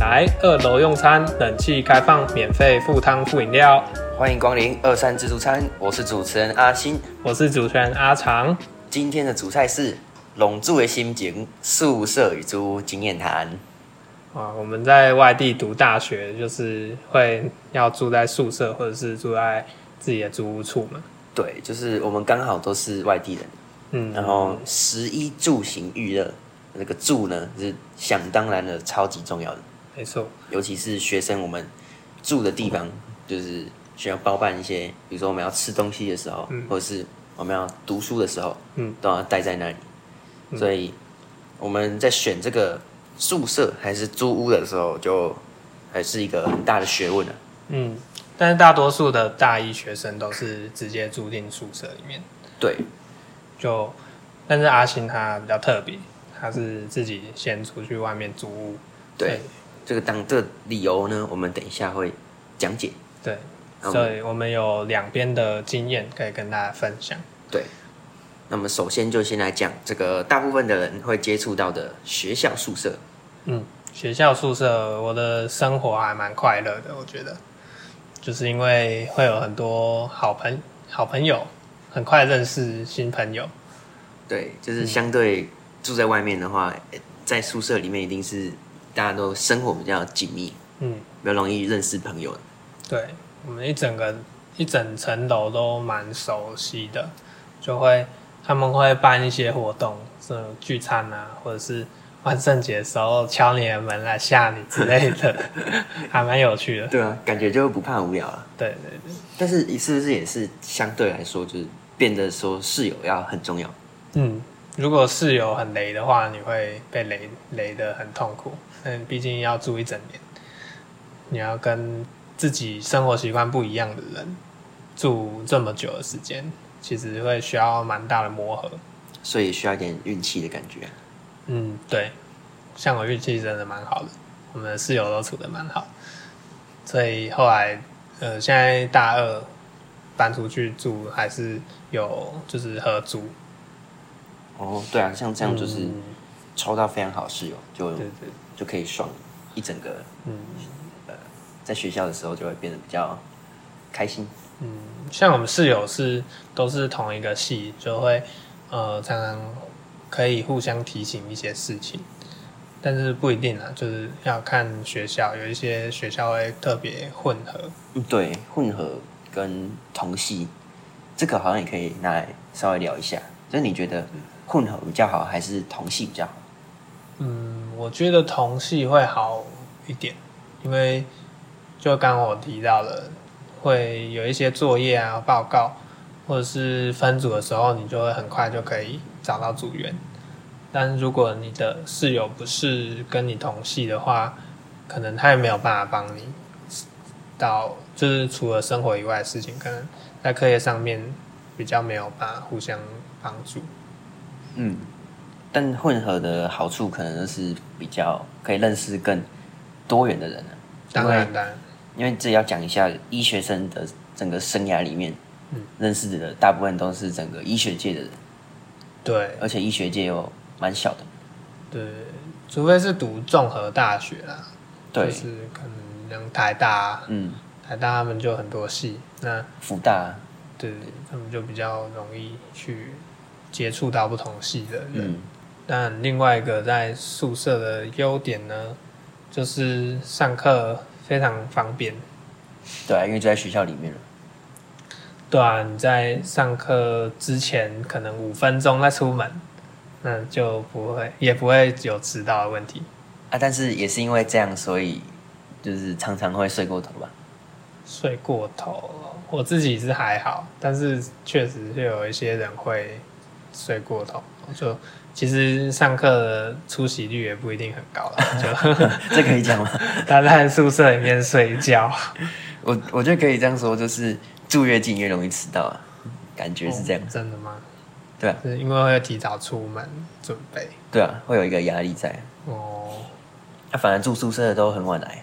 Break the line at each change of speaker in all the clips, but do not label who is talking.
来，二楼用餐，冷气开放，免费附汤附饮料。
欢迎光临二三自助餐，我是主持人阿星。
我是主持人阿长。
今天的主菜是龙住的心情，宿舍与租屋经验谈。
啊，我们在外地读大学，就是会要住在宿舍，或者是住在自己的租屋处嘛。
对，就是我们刚好都是外地人，
嗯，
然后食衣住行娱乐，那个住呢是想当然的超级重要的，
没错，
尤其是学生我们住的地方，就是需要包办一些，比如说我们要吃东西的时候，或者是我们要读书的时候，
嗯，
都要待在那里。所以我们在选这个宿舍还是租屋的时候，就还是一个很大的学问了、啊
嗯。但是大多数的大一学生都是直接住进宿舍里面，
对，
就，但是阿星他比较特别，他是自己先出去外面租屋。
对，这个当这个理由呢，我们等一下会讲解。
对，
嗯
所以我们有两边的经验可以跟大家分享。
对，那么首先就先来讲这个大部分的人会接触到的学校宿舍。
嗯，学校宿舍我的生活还蛮快乐的，我觉得，就是因为会有很多好朋好朋友，很快认识新朋友。
对，
嗯
就是相对住在外面的话，诶在宿舍里面一定是大家都生活比较紧密，
嗯，
比较容易认识朋友。
对，我们一整个一整层楼都蛮熟悉的，就会他们会办一些活动，什么聚餐啊，或者是万圣节的时候敲你的门来吓你之类的，还蛮有趣的。
对啊，感觉就不怕无聊了。
对对对，
但是你是不是也是相对来说，就是变得说室友要很重要？
嗯，如果室友很雷的话，你会被雷雷的很痛苦。嗯，毕竟要住一整年，你要跟自己生活习惯不一样的人住这么久的时间，其实会需要蛮大的磨合。
所以需要一点运气的感觉。啊
嗯，对，像我运气真的蛮好的，我们的室友都处的蛮好，所以后来呃，现在大二搬出去住，还是有就是合租，
哦，对啊，像这样就是抽到非常好的室友，就
嗯对对，
就可以爽一整个。呃
嗯。
在学校的时候就会变得比较开心。
像我们室友是都是同一个系，就会呃常常可以互相提醒一些事情，但是不一定啊，就是要看学校，有一些学校会特别混合。
嗯，对，混合跟同系，这个好像也可以拿来稍微聊一下。就是你觉得混合比较好，还是同系比较好？
嗯，我觉得同系会好一点，因为就刚我提到了，会有一些作业啊、报告，或者是分组的时候，你就会很快就可以找到组员。但如果你的室友不是跟你同系的话，可能他也没有办法帮你到，就是除了生活以外的事情，可能在课业上面比较没有办法互相帮助。
嗯，但混合的好处可能就是比较可以认识更多元的人、啊、
当然，当然。
因为这要讲一下医学生的整个生涯里面，认识的大部分都是整个医学界的人，
对，
而且医学界又蛮小的。
对，除非是读综合大学啦，
对，
就是可能像台大，
嗯，
台大他们就很多系，那
福大，
对他们就比较容易去接触到不同系的人。
嗯，
但另外一个在宿舍的优点呢，就是上课非常方便。
对啊，因为就在学校里面了。
对啊，你在上课之前可能五分钟再出门，那就不会也不会有迟到的问题。
啊，但是也是因为这样，所以就是常常会睡过头吧。
睡过头了，我自己是还好，但是确实是有一些人会睡过头，就其实上课的出席率也不一定很高了， 就
这可以讲吗？
待在宿舍里面睡觉。
我我觉得可以这样说，就是住越近越容易迟到啊，感觉是这样。
真的吗？
对啊，
是因为会提早出门准备。
对啊，会有一个压力在。
哦，
那、反而住宿舍的都很晚来，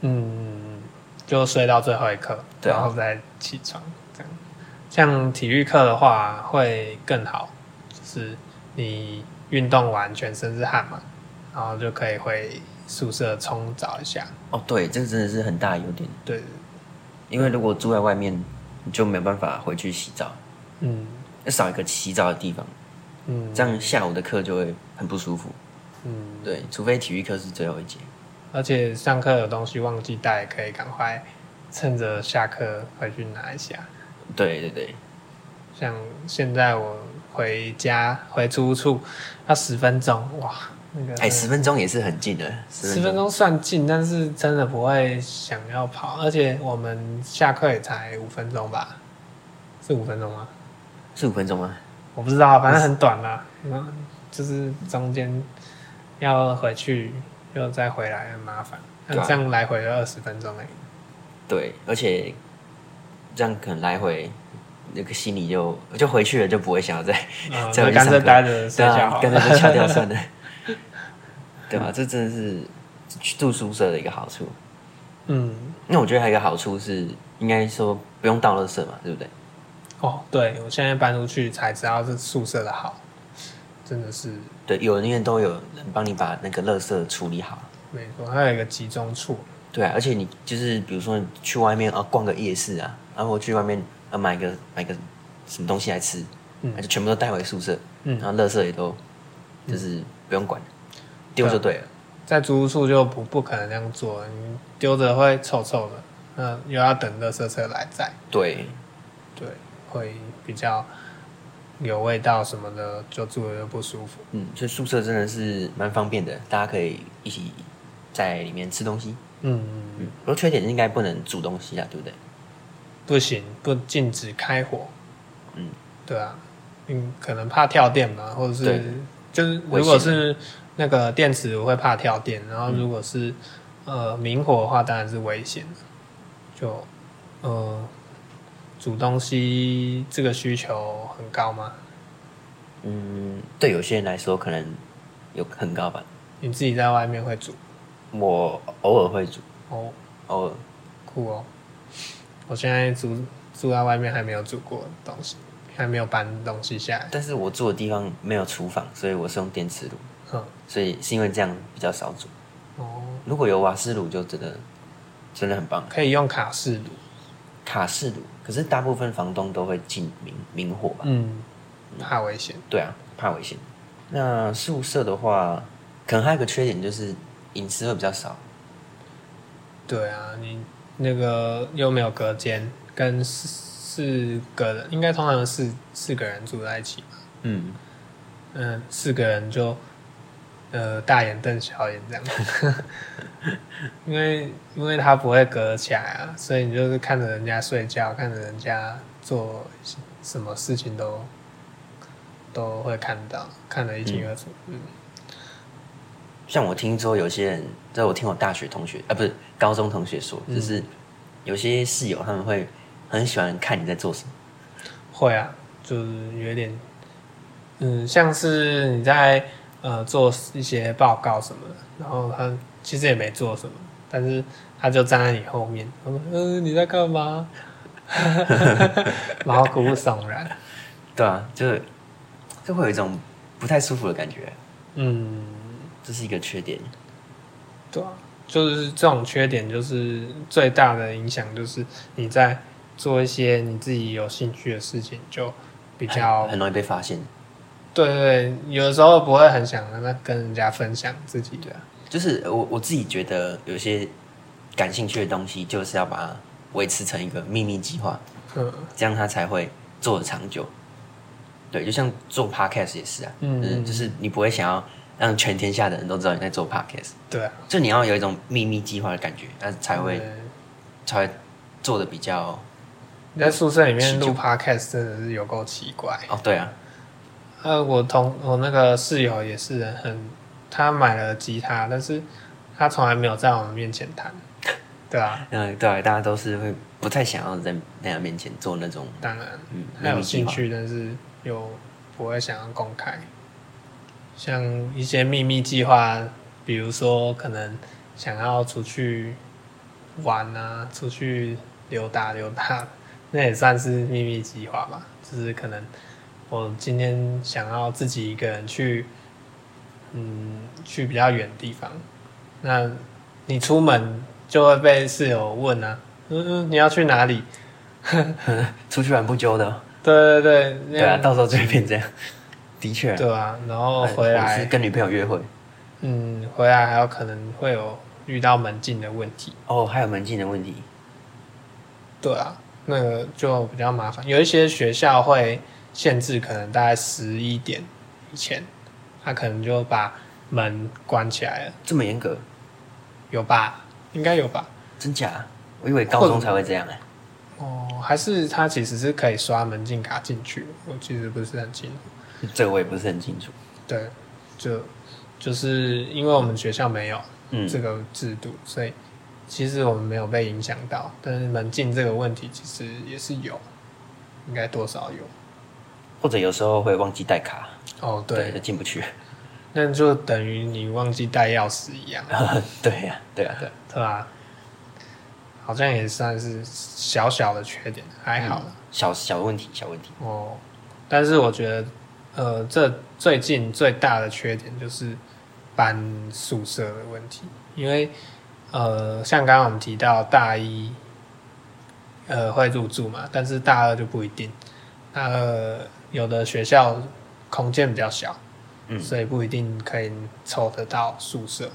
嗯，就睡到最后一刻，
对啊
然后再起床，这样。像体育课的话会更好，就是你运动完全身是汗嘛，然后就可以回宿舍冲澡一下。
哦，对，这个真的是很大的优点，
对，
因为如果住在外面，你就没有办法回去洗澡，
嗯
要少一个洗澡的地方，
嗯
这样下午的课就会很不舒服。
嗯，
对，除非体育课是最后一节。
而且上课有东西忘记带，可以赶快趁着下课回去拿一下。
对对对，
像现在我回家回租屋处要十分钟，哇，那个
哎、十分钟也是很近的，
十分
钟。
钟算近，但是真的不会想要跑，而且我们下课也才五分钟吧，是五分钟吗？
是五分钟吗？
我不知道，啊反正很短啦。然后就是中间要回去又再回来，很麻烦。那
对啊
这样来回要二十分钟 哎、
对，而且这样可能来回，那个心里就就回去了，就不会想 要再
欸，嗯，
再
就
回去
干
上
脆
课。
待着睡
对
觉
啊，
好
干
了。
脆就敲掉算了。 对啊，这真的是住宿舍的一个好处。
嗯，
那我觉得还有一个好处是，应该说不用倒垃圾嘛，对不对？
哦，对，我现在搬出去才知道这宿舍的好，真的是
对，有因为都有人帮你把那个垃圾处理好。
没错，它有一个集中处。
对啊，而且你就是比如说你去外面啊逛个夜市啊，然后去外面啊买个买个什么东西来吃，啊
嗯
那就全部都带回宿舍，
嗯
然后垃圾也都就是不用管，丢就对了。
在租屋处就不不可能这样做，你丢着会臭臭的，嗯，又要等垃圾车来载，
对，
对，啊会比较有味道什么的，就住的又不舒服。
嗯，所以宿舍真的是蛮方便的，大家可以一起在里面吃东西。
嗯，
嗯，不过缺点是应该不能煮东西啦，对不对？
不行，不禁止开火。
嗯，
对啊，嗯，可能怕跳电嘛，或者
对
是就是
危
如果
险
是那个电池我会怕跳电，然后如果是、呃明火的话，当然是危险的。就呃煮东西这个需求很高吗？
嗯，对有些人来说可能有很高吧，
你自己在外面会煮
我偶尔会煮，
哦，
偶尔
酷哦！我现在住住在外面还没有煮过东西，还没有搬东西下来。
但是我住的地方没有厨房，所以我是用电磁炉，
嗯，
所以是因为这样比较少煮。
哦，
如果有瓦斯炉，就真的真的很棒。
可以用卡式炉。
卡式炉，可是大部分房东都会禁明明火吧？
嗯，怕危险。
对啊，怕危险。那宿舍的话，可能还有个缺点就是隐私会比较少。
对啊，你那个又没有隔间，跟四四个人，应该通常是四个人住在一起嘛。
嗯，
嗯，四个人就呃大眼瞪小眼这样， 因为因为他不会隔起来啊，所以你就是看着人家睡觉，看着人家做什么事情都都会看到，看得一清二楚。嗯，
像我听说有些人，这我听我大学同学啊，不是高中同学
嗯
说，就是有些室友他们会很喜欢看你在做什么。
会啊，就是有点，嗯，像是你在呃做一些报告什么的，然后他其实也没做什么，但是他就站在你后面，他说：“嗯、你在干嘛？” 毛骨悚然。
对啊，就是就会有一种不太舒服的感觉，
嗯，
这是一个缺点。
对啊，就是这种缺点，就是最大的影响就是你在做一些你自己有兴趣的事情，就比较
很很容易被发现。
对对，对有的时候不会很想那跟人家分享自己的。
就是我我自己觉得有些感兴趣的东西，就是要把它维持成一个秘密计划，
嗯
这样它才会做得长久。对，就像做 podcast 也是啊，
嗯
嗯，就是你不会想要让全天下的人都知道你在做 podcast，
对啊，
就你要有一种秘密计划的感觉，那才会、
对
才会做的比较
你在宿舍里面录 podcast 真的是有够奇怪。
哦，对啊，
呃，我同我那个室友也是很，他买了吉他，但是他从来没有在我们面前弹。对啊，
嗯，对啊，大家都是会不太想要在大家面前做那种
当然
嗯
他
秘
有
密计
兴
划，
趣，但是又不会想要公开。像一些秘密计划，比如说可能想要出去玩啊，出去溜达溜达， 那也算是秘密计划吧。就是可能我今天想要自己一个人去，嗯，去比较远的地方，那你出门就会被室友问啊，嗯嗯，你要去哪里？
出去玩不揪的，
对对对，那
对啊，到时候就会变这样。的确啊，
对啊，然后
哎
回
我是
来，
跟女朋友约会，
嗯，回来还有可能会有遇到门禁的问题，
哦，还有门禁的问题，
对啊，那个就比较麻烦。有一些学校会限制，可能大概十一点以前，他可能就把门关起来了，
这么严格，
有吧？应该有吧？
真假？我以为高中才会这样哎、
哦，还是他其实是可以刷门禁卡进去，我其实不是很清楚。
这个我也不是很清楚。
对，就就是因为我们学校没有
嗯，
这个制度，所以其实我们没有被影响到。但是门禁这个问题其实也是有，应该多少有。
或者有时候会忘记带卡，
哦，
对，
对，
就进不去。
那就等于你忘记带钥匙一样，
对呀、对呀、对、啊。
对吧？好像也算是小小的缺点，还好啦。
小小问题，小问题。
哦，但是我觉得，呃，这最近最大的缺点就是搬宿舍的问题，因为呃，像刚刚我们提到大一，呃，会入住嘛，但是大二就不一定。大二有的学校空间比较小，
嗯
所以不一定可以凑得到宿舍，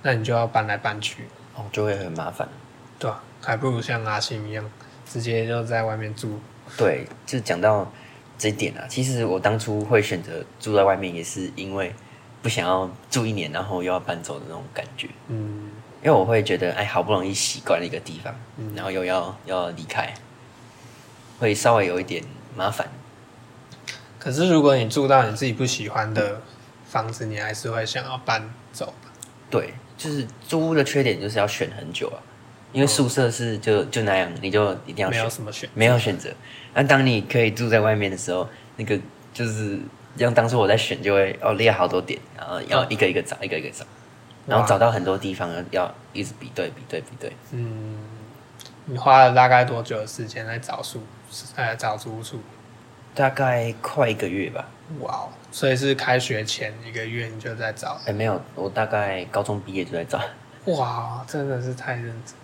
那你就要搬来搬去，
哦，就会很麻烦。
对吧、还不如像阿星一样，直接就在外面住。
对，就讲到这一点啊，其实我当初会选择住在外面，也是因为不想要住一年，然后又要搬走的那种感觉。
嗯，
因为我会觉得，哎，好不容易习惯了一个地方，然后又要要离开，会稍微有一点麻烦。
可是如果你住到你自己不喜欢的房子，你还是会想要搬走吧。
对，就是租屋的缺点就是要选很久啊，因为宿舍是就就那样，你就一定要
没
选
有，什么选，
没有选择。那当你可以住在外面的时候，那个就是像当初我在选，就会哦列好多点，然后要一个一个找，一个一个找，然后找到很多地方要要一直比对比对比对。
嗯，你花了大概多久的时间来找宿，呃，找租宿？
大概快一个月吧，
哇哦，所以是开学前一个月你就在找，
哎，没有，我大概高中毕业就在找。
哇哦，真的是太认真，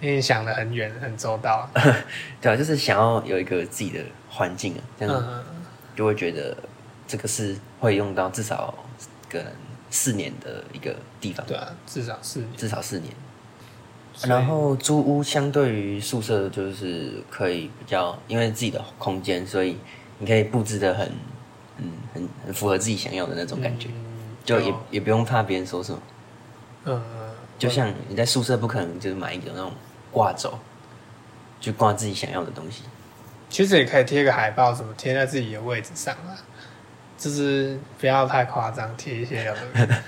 因为你想的很远，很周到。
对啊，就是想要有一个自己的环境啊，这样
嗯，
就会觉得这个是会用到至少可能四年的一个地方，
对啊，至少四年。
至少四年。
所以
然后租屋相对于宿舍就是可以比较，因为自己的空间，所以你可以布置的很，嗯，很很符合自己想要的那种感觉，
嗯
就也也不用怕别人说什么。
嗯，
就像你在宿舍不可能就是买一个那种挂轴，就挂自己想要的东西。
其实也可以贴个海报，什么贴在自己的位置上啊，就是不要太夸张，贴一些有的没的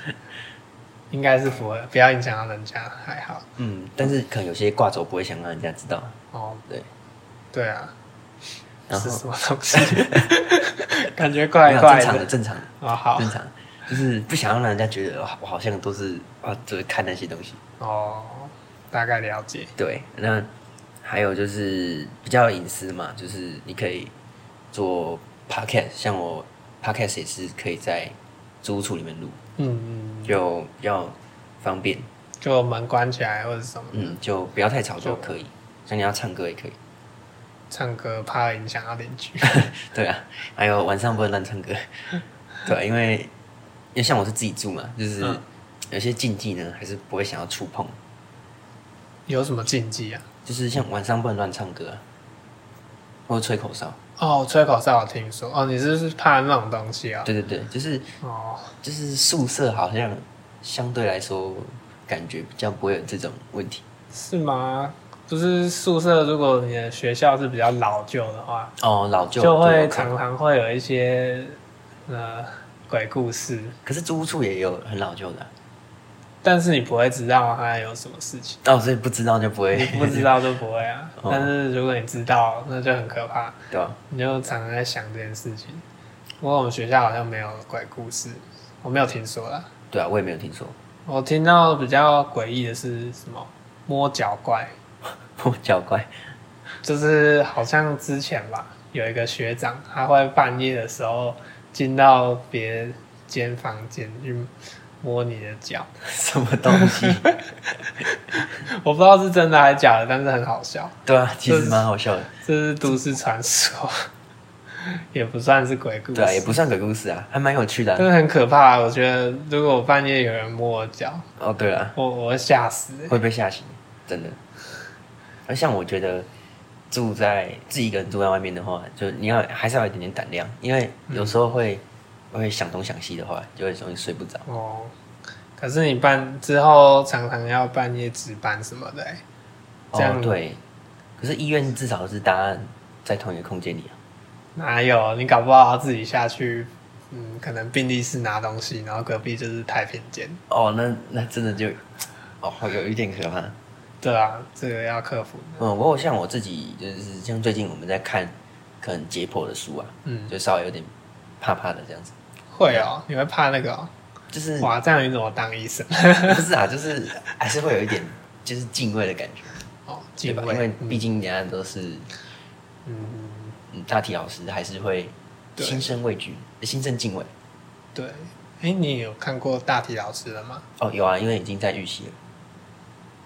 应该是符合，不要影响到人家，还好。
嗯，但是可能有些挂轴不会想让人家知道。
哦，
对，
对啊，
然后
是什么东西？ 感觉怪
没有
怪
正常的，
的。
正常的，
哦，好
正，常的，就是不想让人家觉得哇我好像都是啊，就是看那些东西。
哦，大概了解。
对，那还有就是比较隐私嘛，就是你可以做 podcast，像我 podcast 也是可以在租屋处里面录，
嗯嗯，
就比较方便。
就门关起来或者什么，
嗯，就不要太吵就可以。像你要唱歌也可以。
唱歌怕影响到邻居。
对啊，还有晚上不能乱唱歌。对啊、因为因为像我是自己住嘛，就是
嗯
有些禁忌呢，还是不会想要触碰。
有什么禁忌啊？
就是像晚上不能乱唱歌、啊，或者吹口哨。
哦，吹口哨我听说。哦，你是不是怕那种东西啊？
对对对，就是
哦，
就是宿舍好像相对来说感觉比较不会有这种问题
是吗？不是宿舍，如果你的学校是比较老旧的话，
哦，老旧
就会
有可能
常常会有一些呃鬼故事，
可是租屋处也有很老旧的啊、
但是你不会知道它有什么事情，
哦，所以不知道就不
你
会，。
不知道就不会啊
哦
但是如果你知道，那就很可怕，
对啊吧？
你就常常在想这件事情。不过我们学校好像没有鬼故事，我没有听说啦。
对啊，我也没有听说，
我听到比较诡异的是什么摸脚怪，
我脚怪
就是好像之前吧，有一个学长，他会半夜的时候进到别间房间去摸你的脚，
什么东西？
我不知道是真的还是假的，但是很好笑，
对啊，其实蛮好笑的，
这是都市传说， 也不算是鬼故事，
对啊，也不算鬼故事啊，还蛮有趣的啊、
真的很可怕。我觉得如果我半夜有人摸我脚，
哦，对了，
我我会吓死、欸
会被吓醒，真的。而像我觉得住在自己一个人住在外面的话，就你要还是要有一点点胆量，因为有时候会、
嗯
会想东想西的话，就会容易睡不着。
哦。可是你半之后常常要半夜值班什么的、欸，这样
哦、对，可是医院至少是答案在同一个空间里啊。
哪有？你搞不好要自己下去，嗯，可能病历室拿东西，然后隔壁就是太平间。
哦，那那真的就哦，有一点可怕。
对啊，这个要克服。
嗯，不过像我自己就是像最近我们在看可能解剖的书啊，
嗯，
就稍微有点怕怕的这样子，
会
啊
哦，你会怕那个、哦？
就是
哇，这样你怎么当医生？
不是啊，就是还是会有一点就是敬畏的感觉，
哦，
对
敬
吧？因
畏
为，毕竟人家都是
嗯，
嗯大体老师，还是会
对
心生畏惧、心生敬畏。
对。哎、你有看过大体老师了吗？
哦，有啊，因为已经在预习了。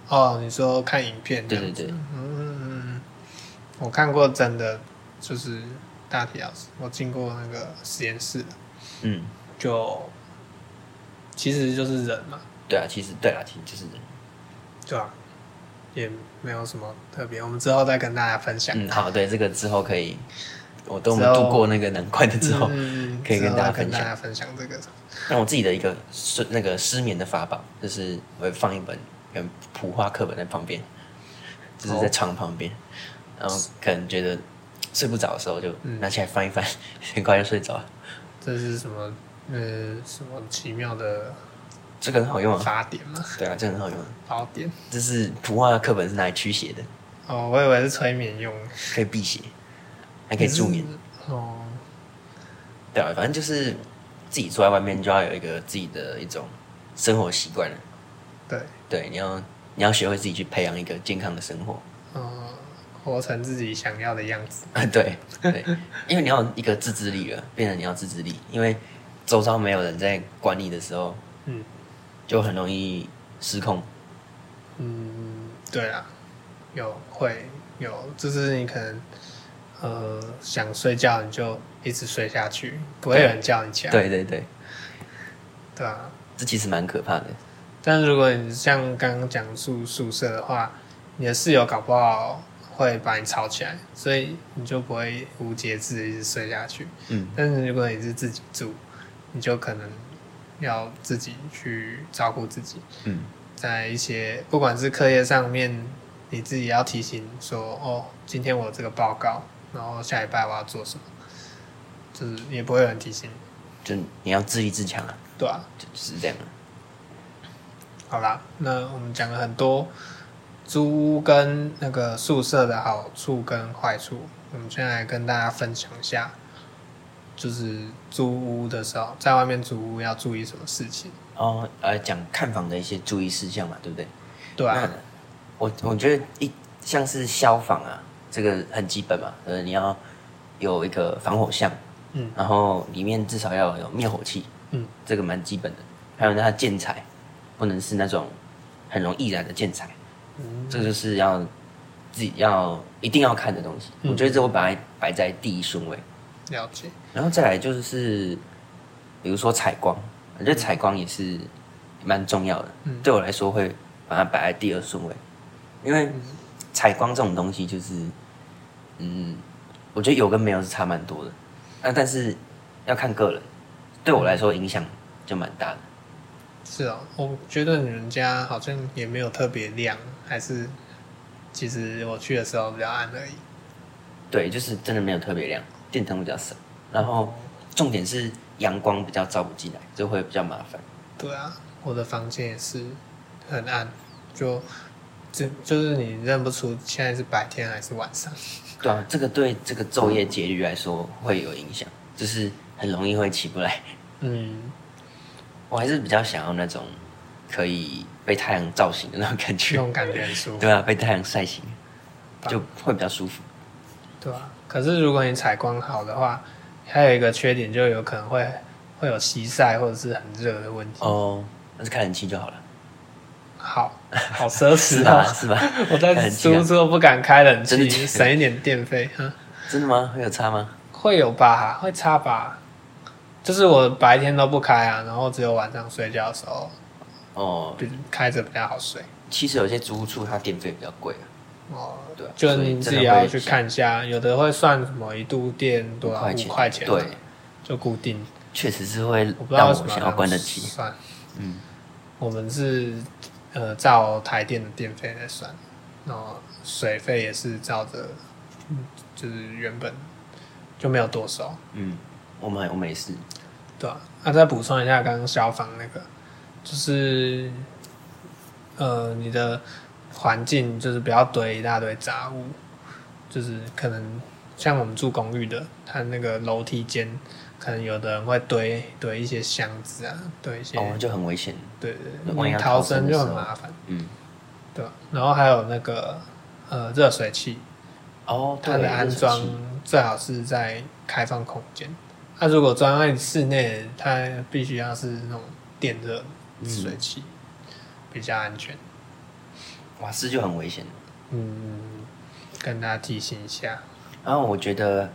哦，你说看影片这
对
样
对
子？
对，
嗯，我看过真的，就是大体老师，我经过那个实验室，
嗯，
就其实就是人嘛，
对啊，其实对啊，其实就是人。
对吧、也没有什么特别，我们之后再跟大家分享。
嗯，好，对这个之后可以，我等我
之
们
后
度过那个难关的之后，
嗯
可以跟
之后
大家
再跟
分享
大家分享这个。
那我自己的一个睡那个失眠的法宝，就是我会放一本跟普化课本在旁边，就是在床旁
哦
边，然后可能觉得睡不着的时候就
嗯
拿起来翻一翻，很快就睡着了。
这是什么？呃，什么奇妙的
这个很好用啊，
法典吗？
对啊，这个很好用啊。
宝典？
这是普化课本是拿来驱邪的，
哦，我以为是催眠用，
可以辟邪，还可以助眠。
哦，
对啊，反正就是自己住在外面就要有一个自己的一种生活习惯了。
对，
对，你要你要学会自己去培养一个健康的生活。
嗯，活成自己想要的样子。
啊，对对，因为你要有一个自制力了，变成你要自制力，因为周遭没有人在管你的时候，
嗯，
就很容易失控。
嗯，对啊，有会有，就是你可能呃想睡觉，你就一直睡下去，不会有人叫你起来，
对对对，
对啊。
这其实蛮可怕的。
但如果你像刚刚讲宿宿舍的话，你的室友搞不好会把你吵起来，所以你就不会无节制的一直睡下去。
嗯，
但是如果你是自己住，你就可能要自己去照顾自己。
嗯，
在一些不管是课业上面，你自己要提醒说，哦，今天我有这个报告，然后下礼拜我要做什么，就是也不会有人提醒你，
就你要自立自强啊，
对啊。
就就是这样啊。
好啦，那我们讲了很多租屋跟那个宿舍的好处跟坏处，我们现在来跟大家分享一下，就是租屋的时候，在外面租屋要注意什么事情，
哦，呃，讲看房的一些注意事项嘛，对不对？
对啊，
那我我觉得一像是消防啊，这个很基本嘛，呃，你要有一个防火巷，
嗯，
然后里面至少要有灭火器，
嗯，
这个蛮基本的。还有它的建材，不能是那种很容易易燃的建材，
嗯
这个就是要自己要一定要看的东西。
嗯
我觉得这我把它摆在第一顺位，
了解，
然后再来就是，比如说采光，我觉得采光也是蛮重要的。
嗯
对我来说会把它摆在第二顺位，因为采光这种东西就是，嗯，我觉得有跟没有是差蛮多的。那、但是要看个人，对我来说影响就蛮大的。
是哦，我觉得你们家好像也没有特别亮，还是其实我去的时候比较暗而已，
对，就是真的没有特别亮，电灯比较少，然后重点是阳光比较照不进来，就会比较麻烦。
对啊，我的房间也是很暗，就就就是你认不出现在是白天还是晚上。
对啊，这个对这个昼夜节律来说会有影响，就是很容易会起不来。
嗯，
我还是比较想要那种可以被太阳照醒的那种感
那
觉。
种感觉很舒服，
对啊，被太阳晒醒
啊
就会比较舒服。
对吧、可是如果你采光好的话，还有一个缺点就有可能会会有西晒或者是很热的问题。
哦，那就看人气就好了。
好好奢
是
侈
吧？
啊！
是 吧？
我 在
看人气
租
啊
屋之后不敢开冷
真的
气，
假的
省一点电费哈。
真的吗？会有差吗？
会有吧，会差吧。就是我白天都不开啊，然后只有晚上睡觉的时候
哦，
比开着比较好睡。
其实有些租屋处它电费比较贵啊，
哦，
对啊，
就
所以
你自
真
己
的
要
会
去看一下，有的会算什么一度电多
五
少
块
五
钱，
块钱，啊
对，，
就固定。
确实是会
我不知道
让
为什
我
么
想
这
要
样
关得起。
算，哦
嗯，
我们是呃照台电的电费来算，然后水费也是照着，嗯就是原本就没有多少。
嗯，我们我们也是，
对啊，那、再补充一下刚刚消防那个，就是呃，你的环境就是不要堆一大堆杂物，就是可能像我们住公寓的，它那个楼梯间，可能有的人会堆堆一些箱子啊，堆一些、
哦，就很危险。
对对
万
对，
一
你
要
逃
逃
生
生的
就
时
很
候
麻烦，
嗯，
对吧、啊然后还有那个呃热水器，
哦，
它的
对
安
热水
装
器
最好是在开放空间。它、如果装在室内，它必须要是那种电热
嗯
水器，比较安全。
瓦斯就很危险。
嗯，跟大家提醒一下，
然后我觉得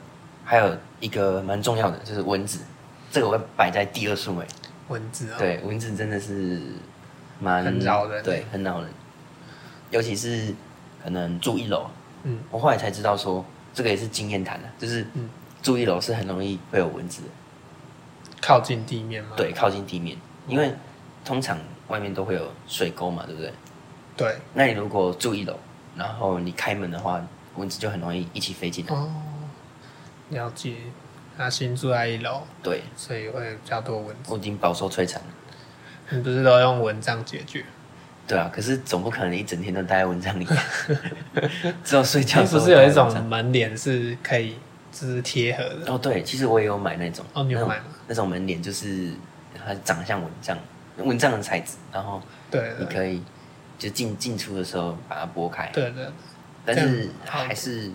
还有一个蛮重要的就是蚊子，这个我会摆在第二顺位。
蚊子哦，
对，蚊子真的是蛮
很扰人
对，很扰人。尤其是可能住一楼，
嗯，
我后来才知道说，这个也是经验谈的，啊就是
嗯
住一楼是很容易会有蚊子的，
靠近地面嘛。
对，靠近地
哦
面，因为通常外面都会有水沟嘛，对不对？
对，
那你如果住一楼，然后你开门的话，蚊子就很容易一起飞进来。
哦，了解。他新住在一楼，
对，
所以会比较多蚊子。
我已经饱受摧残了。
你不是都用蚊帐解决？
对啊，可是总不可能一整天都待在蚊帐里，啊 只有睡觉
它
的时
不
候
是有
待
一
在蚊
种
帐
门帘是可以就是贴合的？
哦，对，其实我也有买那种
哦，你有
那种
买吗？
那种门帘，就是它长得像蚊帐，蚊帐的材质，然后
对
嗯你
对
可以就进进出的时候把它拨开，
对对。
但
这
是
样好
还是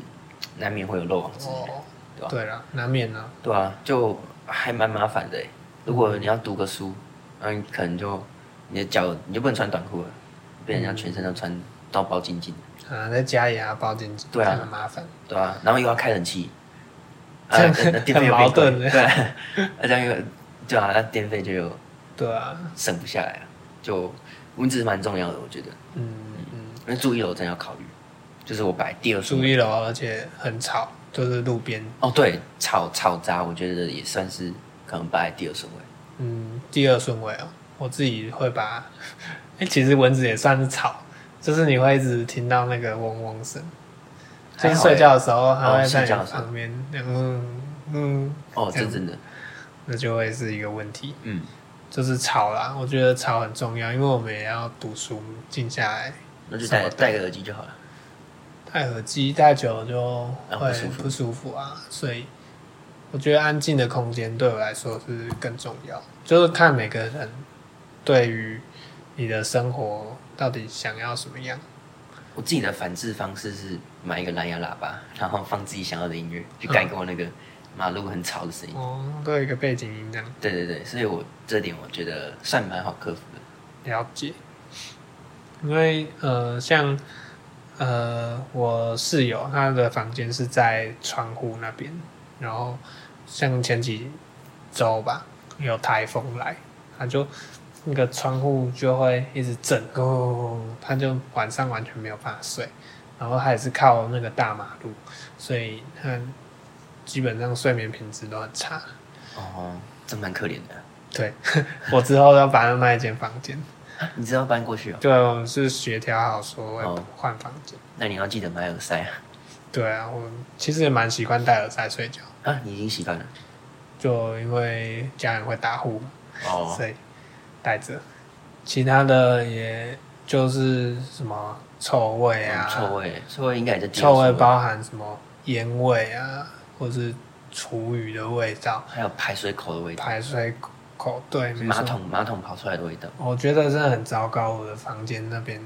难免会有漏网之鱼。
哦
对吧，
对了，难免啊。
对啊，就还蛮麻烦的欸。如果你要读个书，那你可能就你的脚你就不能穿短裤了，被人家全身都穿到包紧紧，
啊，在家里啊，包进去，
对啊
很麻烦。
对啊，然后又要开 冷气，啊，
这样
那那电费
很
又
矛
变贵
盾的
对 啊，那这样又对啊，那电费就有。
对啊，
省不下来了，就蚊子蛮重要的，我觉得。
嗯嗯，
那住一楼真的要考虑，就是我摆第二顺
住
位。
一楼而且很吵，就是路边。
哦，对，吵吵杂，我觉得也算是可能摆在第二顺位。
嗯，第二顺位哦，我自己会把。 哎，其实蚊子也算是吵，就是你会一直听到那个嗡嗡声，就
还
是
好
睡
欸
觉的时候，它会
哦
在
睡觉
你
的时候
旁边，嗯嗯，
哦，这真的，
那就会是一个问题。
嗯，
就是吵啦，我觉得吵很重要，因为我们也要读书，静下来
那就戴
什么
戴个耳机就好了。
戴耳机戴久了就会
啊不舒服
不舒服啊，所以我觉得安静的空间对我来说是更重要。就是看每个人对于你的生活到底想要什么样。
我自己的反制方式是买一个蓝牙喇叭，然后放自己想要的音乐，去盖过那个马路很吵的声音。
哦，都有一个背景音这样
对对对，所以我这点我觉得算蛮好克服的。
了解。因为呃，像呃，我室友他的房间是在窗户那边，然后像前几周吧，有台风来，他就那个窗户就会一直震，哦，他就晚上完全没有办法睡，然后他也是靠那个大马路，所以他基本上睡眠品质都很差。
哦，这蛮可怜的。
对我之后要把他卖一间房间。
你知道搬过去哦？
对，啊我们是协调好说会
哦
换房间。
那你要记得买耳塞啊！
对啊，我其实也蛮习惯戴耳塞睡觉，
啊，你已经习惯了。
就因为家人会打呼嘛，
哦，
所以戴着。其他的也就是什么臭味啊，
嗯哦臭味，臭味应该也在第二
臭味
顺位，
包含什么烟味啊，或是厨余的味道、
还有排水口的味道，
排水口对，没
马
错。
桶马桶跑出来的味道。
我觉得真的很糟糕。我的房间那边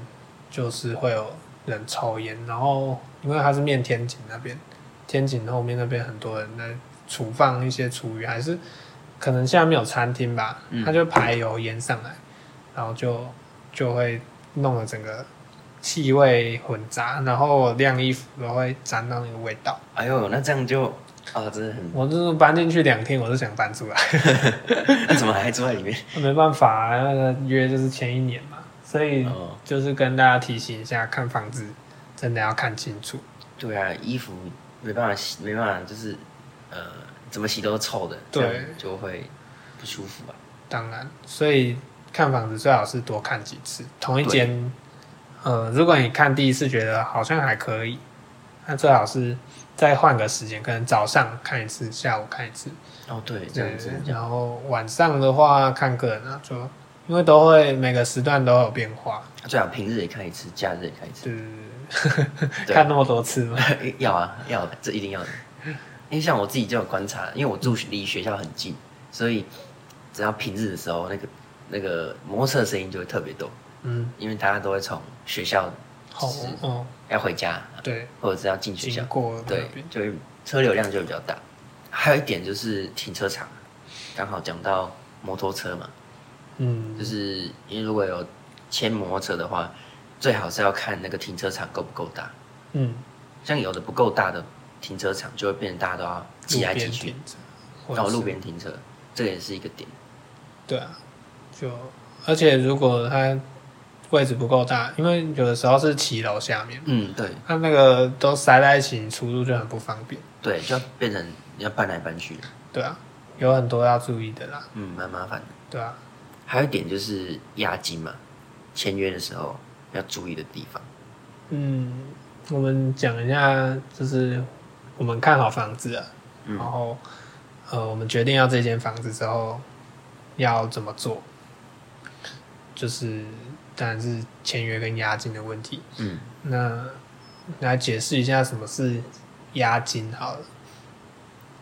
就是会有人抽烟，然后因为它是面天井那边，天井后面那边很多人在储放一些厨余，还是可能下面有餐厅吧，
嗯
他就排油烟上来，然后就就会弄得整个气味混杂，然后我晾衣服都会沾到那个味道。
哎呦，那这样就啊，真的 很，
我就是搬进去两天，我就想搬出来，
那怎么还住在里面？
没办法、啊，那个约就是前一年嘛，所以
哦，
就是跟大家提醒一下，看房子真的要看清楚。
对啊，衣服没办法洗，没办法，就是呃，怎么洗都是臭的，
对，
就会不舒服啊。
当然，所以看房子最好是多看几次，同一间，呃，如果你看第一次觉得好像还可以，那最好是再换个时间，可能早上看一次，下午看一次，
哦，对，这
对
样子，，
然后晚上的话看个人啊，就因为都会每个时段都有变化，
最好平日也看一次，假日也看一次。
就是
对
看那么多次嘛，
要啊，要的，这一定要的。因为像我自己就有观察，因为我住离学校很近，所以只要平日的时候，那个那个摩托车的声音就会特别多，
嗯，
因为大家都会从学校
好
是，
哦，
要回家，
对，
或者是要进学校
经，过那
对
边，，
就会车流量就会比较大。还有一点就是停车场，刚好讲到摩托车嘛，就
嗯，
是因为如果有牵摩托车的话，最好是要看那个停车场够不够大。
嗯，
像有的不够大的停车场，就会变成大家都要
路
挤来挤
边
去
停，车，或
然后
者
路
是
边停车，这也是一个点。
对啊，就而且如果它位置不够大，因为有的时候是骑楼下面，
嗯，对
它那个都塞在一起，你出入就很不方便。
对，就要变成要搬来搬去，
对啊，有很多要注意的啦。
嗯，蛮麻烦的。
对啊，
还有一点就是押金嘛，签约的时候要注意的地方。
嗯，我们讲一下，就是我们看好房子啊，
嗯
然后呃，我们决定要这间房子之后要怎么做，就是当然是签约跟押金的问题。
嗯，
那来解释一下什么是押金好了。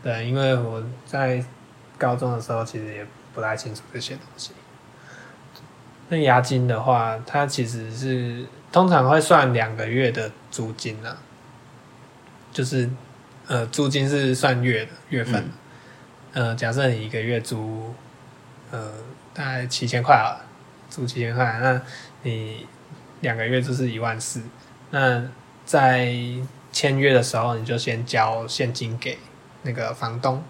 对，因为我在高中的时候其实也不太清楚这些东西。那押金的话，它其实是通常会算两个月的租金啊，就是呃，租金是算月的月份的。呃，假设你一个月租呃大概七千块好了，租七千块，那你两个月就是一万四。那在签约的时候，你就先交现金给那个房东，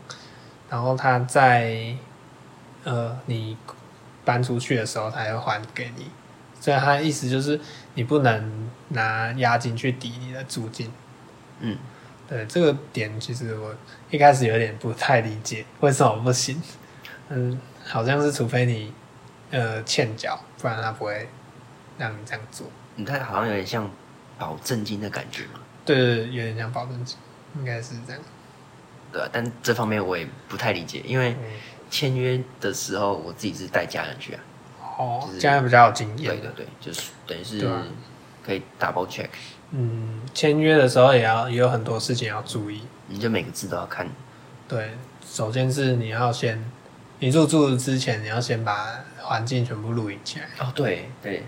然后他在呃你搬出去的时候，他会还给你。所以他的意思就是，你不能拿押金去抵你的租金。
嗯，
对这个点，其实我一开始有点不太理解，为什么不行？嗯，好像是除非你呃欠缴，不然他不会让你这样做。
你看嗯好像有点像保证金的感觉嘛，
对对对，有点像保证金，应该是这样。
对吧、但这方面我也不太理解，因为
嗯，
签约的时候我自己是带家人去啊，
哦
就，是
这样比较有经
对
验。
对对，就是等于是
对啊
可以 double check，
嗯，签约的时候也要也有很多事情要注意。
你就每个字都要看，
对，首先是你要先，你入住之前你要先把环境全部录影起来。
哦，对对，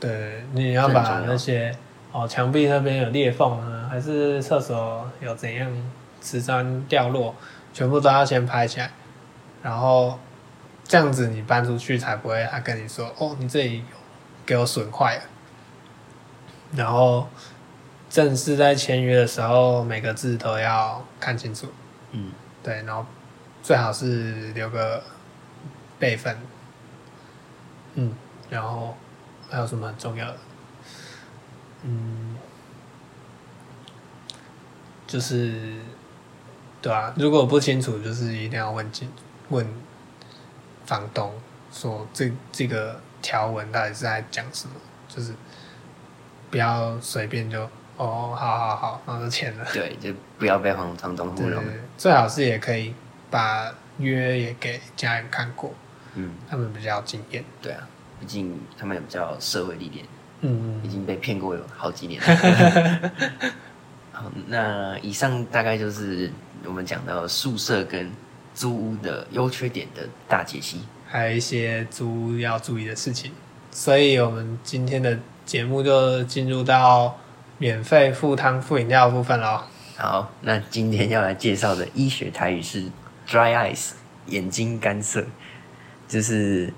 对，你要
这很
把
重要
那些哦墙壁那边有裂缝啊，还是厕所有怎样瓷砖掉落，全部都要先拍起来，然后这样子你搬出去才不会他跟你说哦你这里有给我损坏了，然后正式在签约的时候每个字都要看清楚，
嗯，
对，然后最好是留个备份。嗯，然后还有什么很重要的？嗯，就是对啊，如果不清楚，就是一定要问清问房东说这这个条文到底是在讲什么，就是不要随便就哦，好好好，然后就签了。
对，就不要被黄房东糊
对
弄，，
最好是也可以把约也给家人看过，
嗯，
他们比较有经验。
对啊，毕竟他们也比较社会历练，
嗯
已经被骗过有好几年。好，那以上大概就是我们讲到宿舍跟租屋的优缺点的大解析。
还有一些租要注意的事情，所以我们今天的节目就进入到免费附汤附饮料的部分喽。
好，那今天要来介绍的医学台语是 dry eyes，眼睛干涩，就是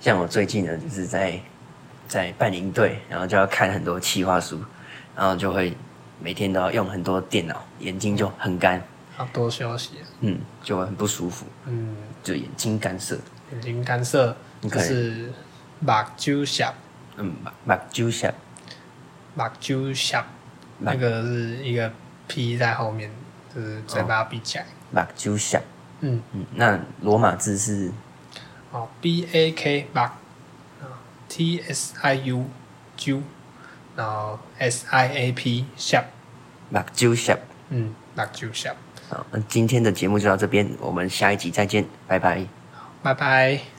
像我最近呢，就是在在办营队，然后就要看很多企划书，然后就会每天都要用很多电脑，眼睛就很干，
要多休息。
嗯，就很不舒服，
嗯，
就眼睛干涩，
眼睛干涩
你
就
可以
是目睭涩，
嗯，目睭涩，
目睭涩，
目
那个是一个 P 在后面，就是嘴巴闭起来。
目睭涩，
嗯，
嗯，那罗马字是
哦，B A K 目啊，T S I U 啾，然后 S I A P 涩，
目睭涩。
嗯，目睭涩。
好，那今天的节目就到这边，我们下一集再见，拜拜。
拜拜。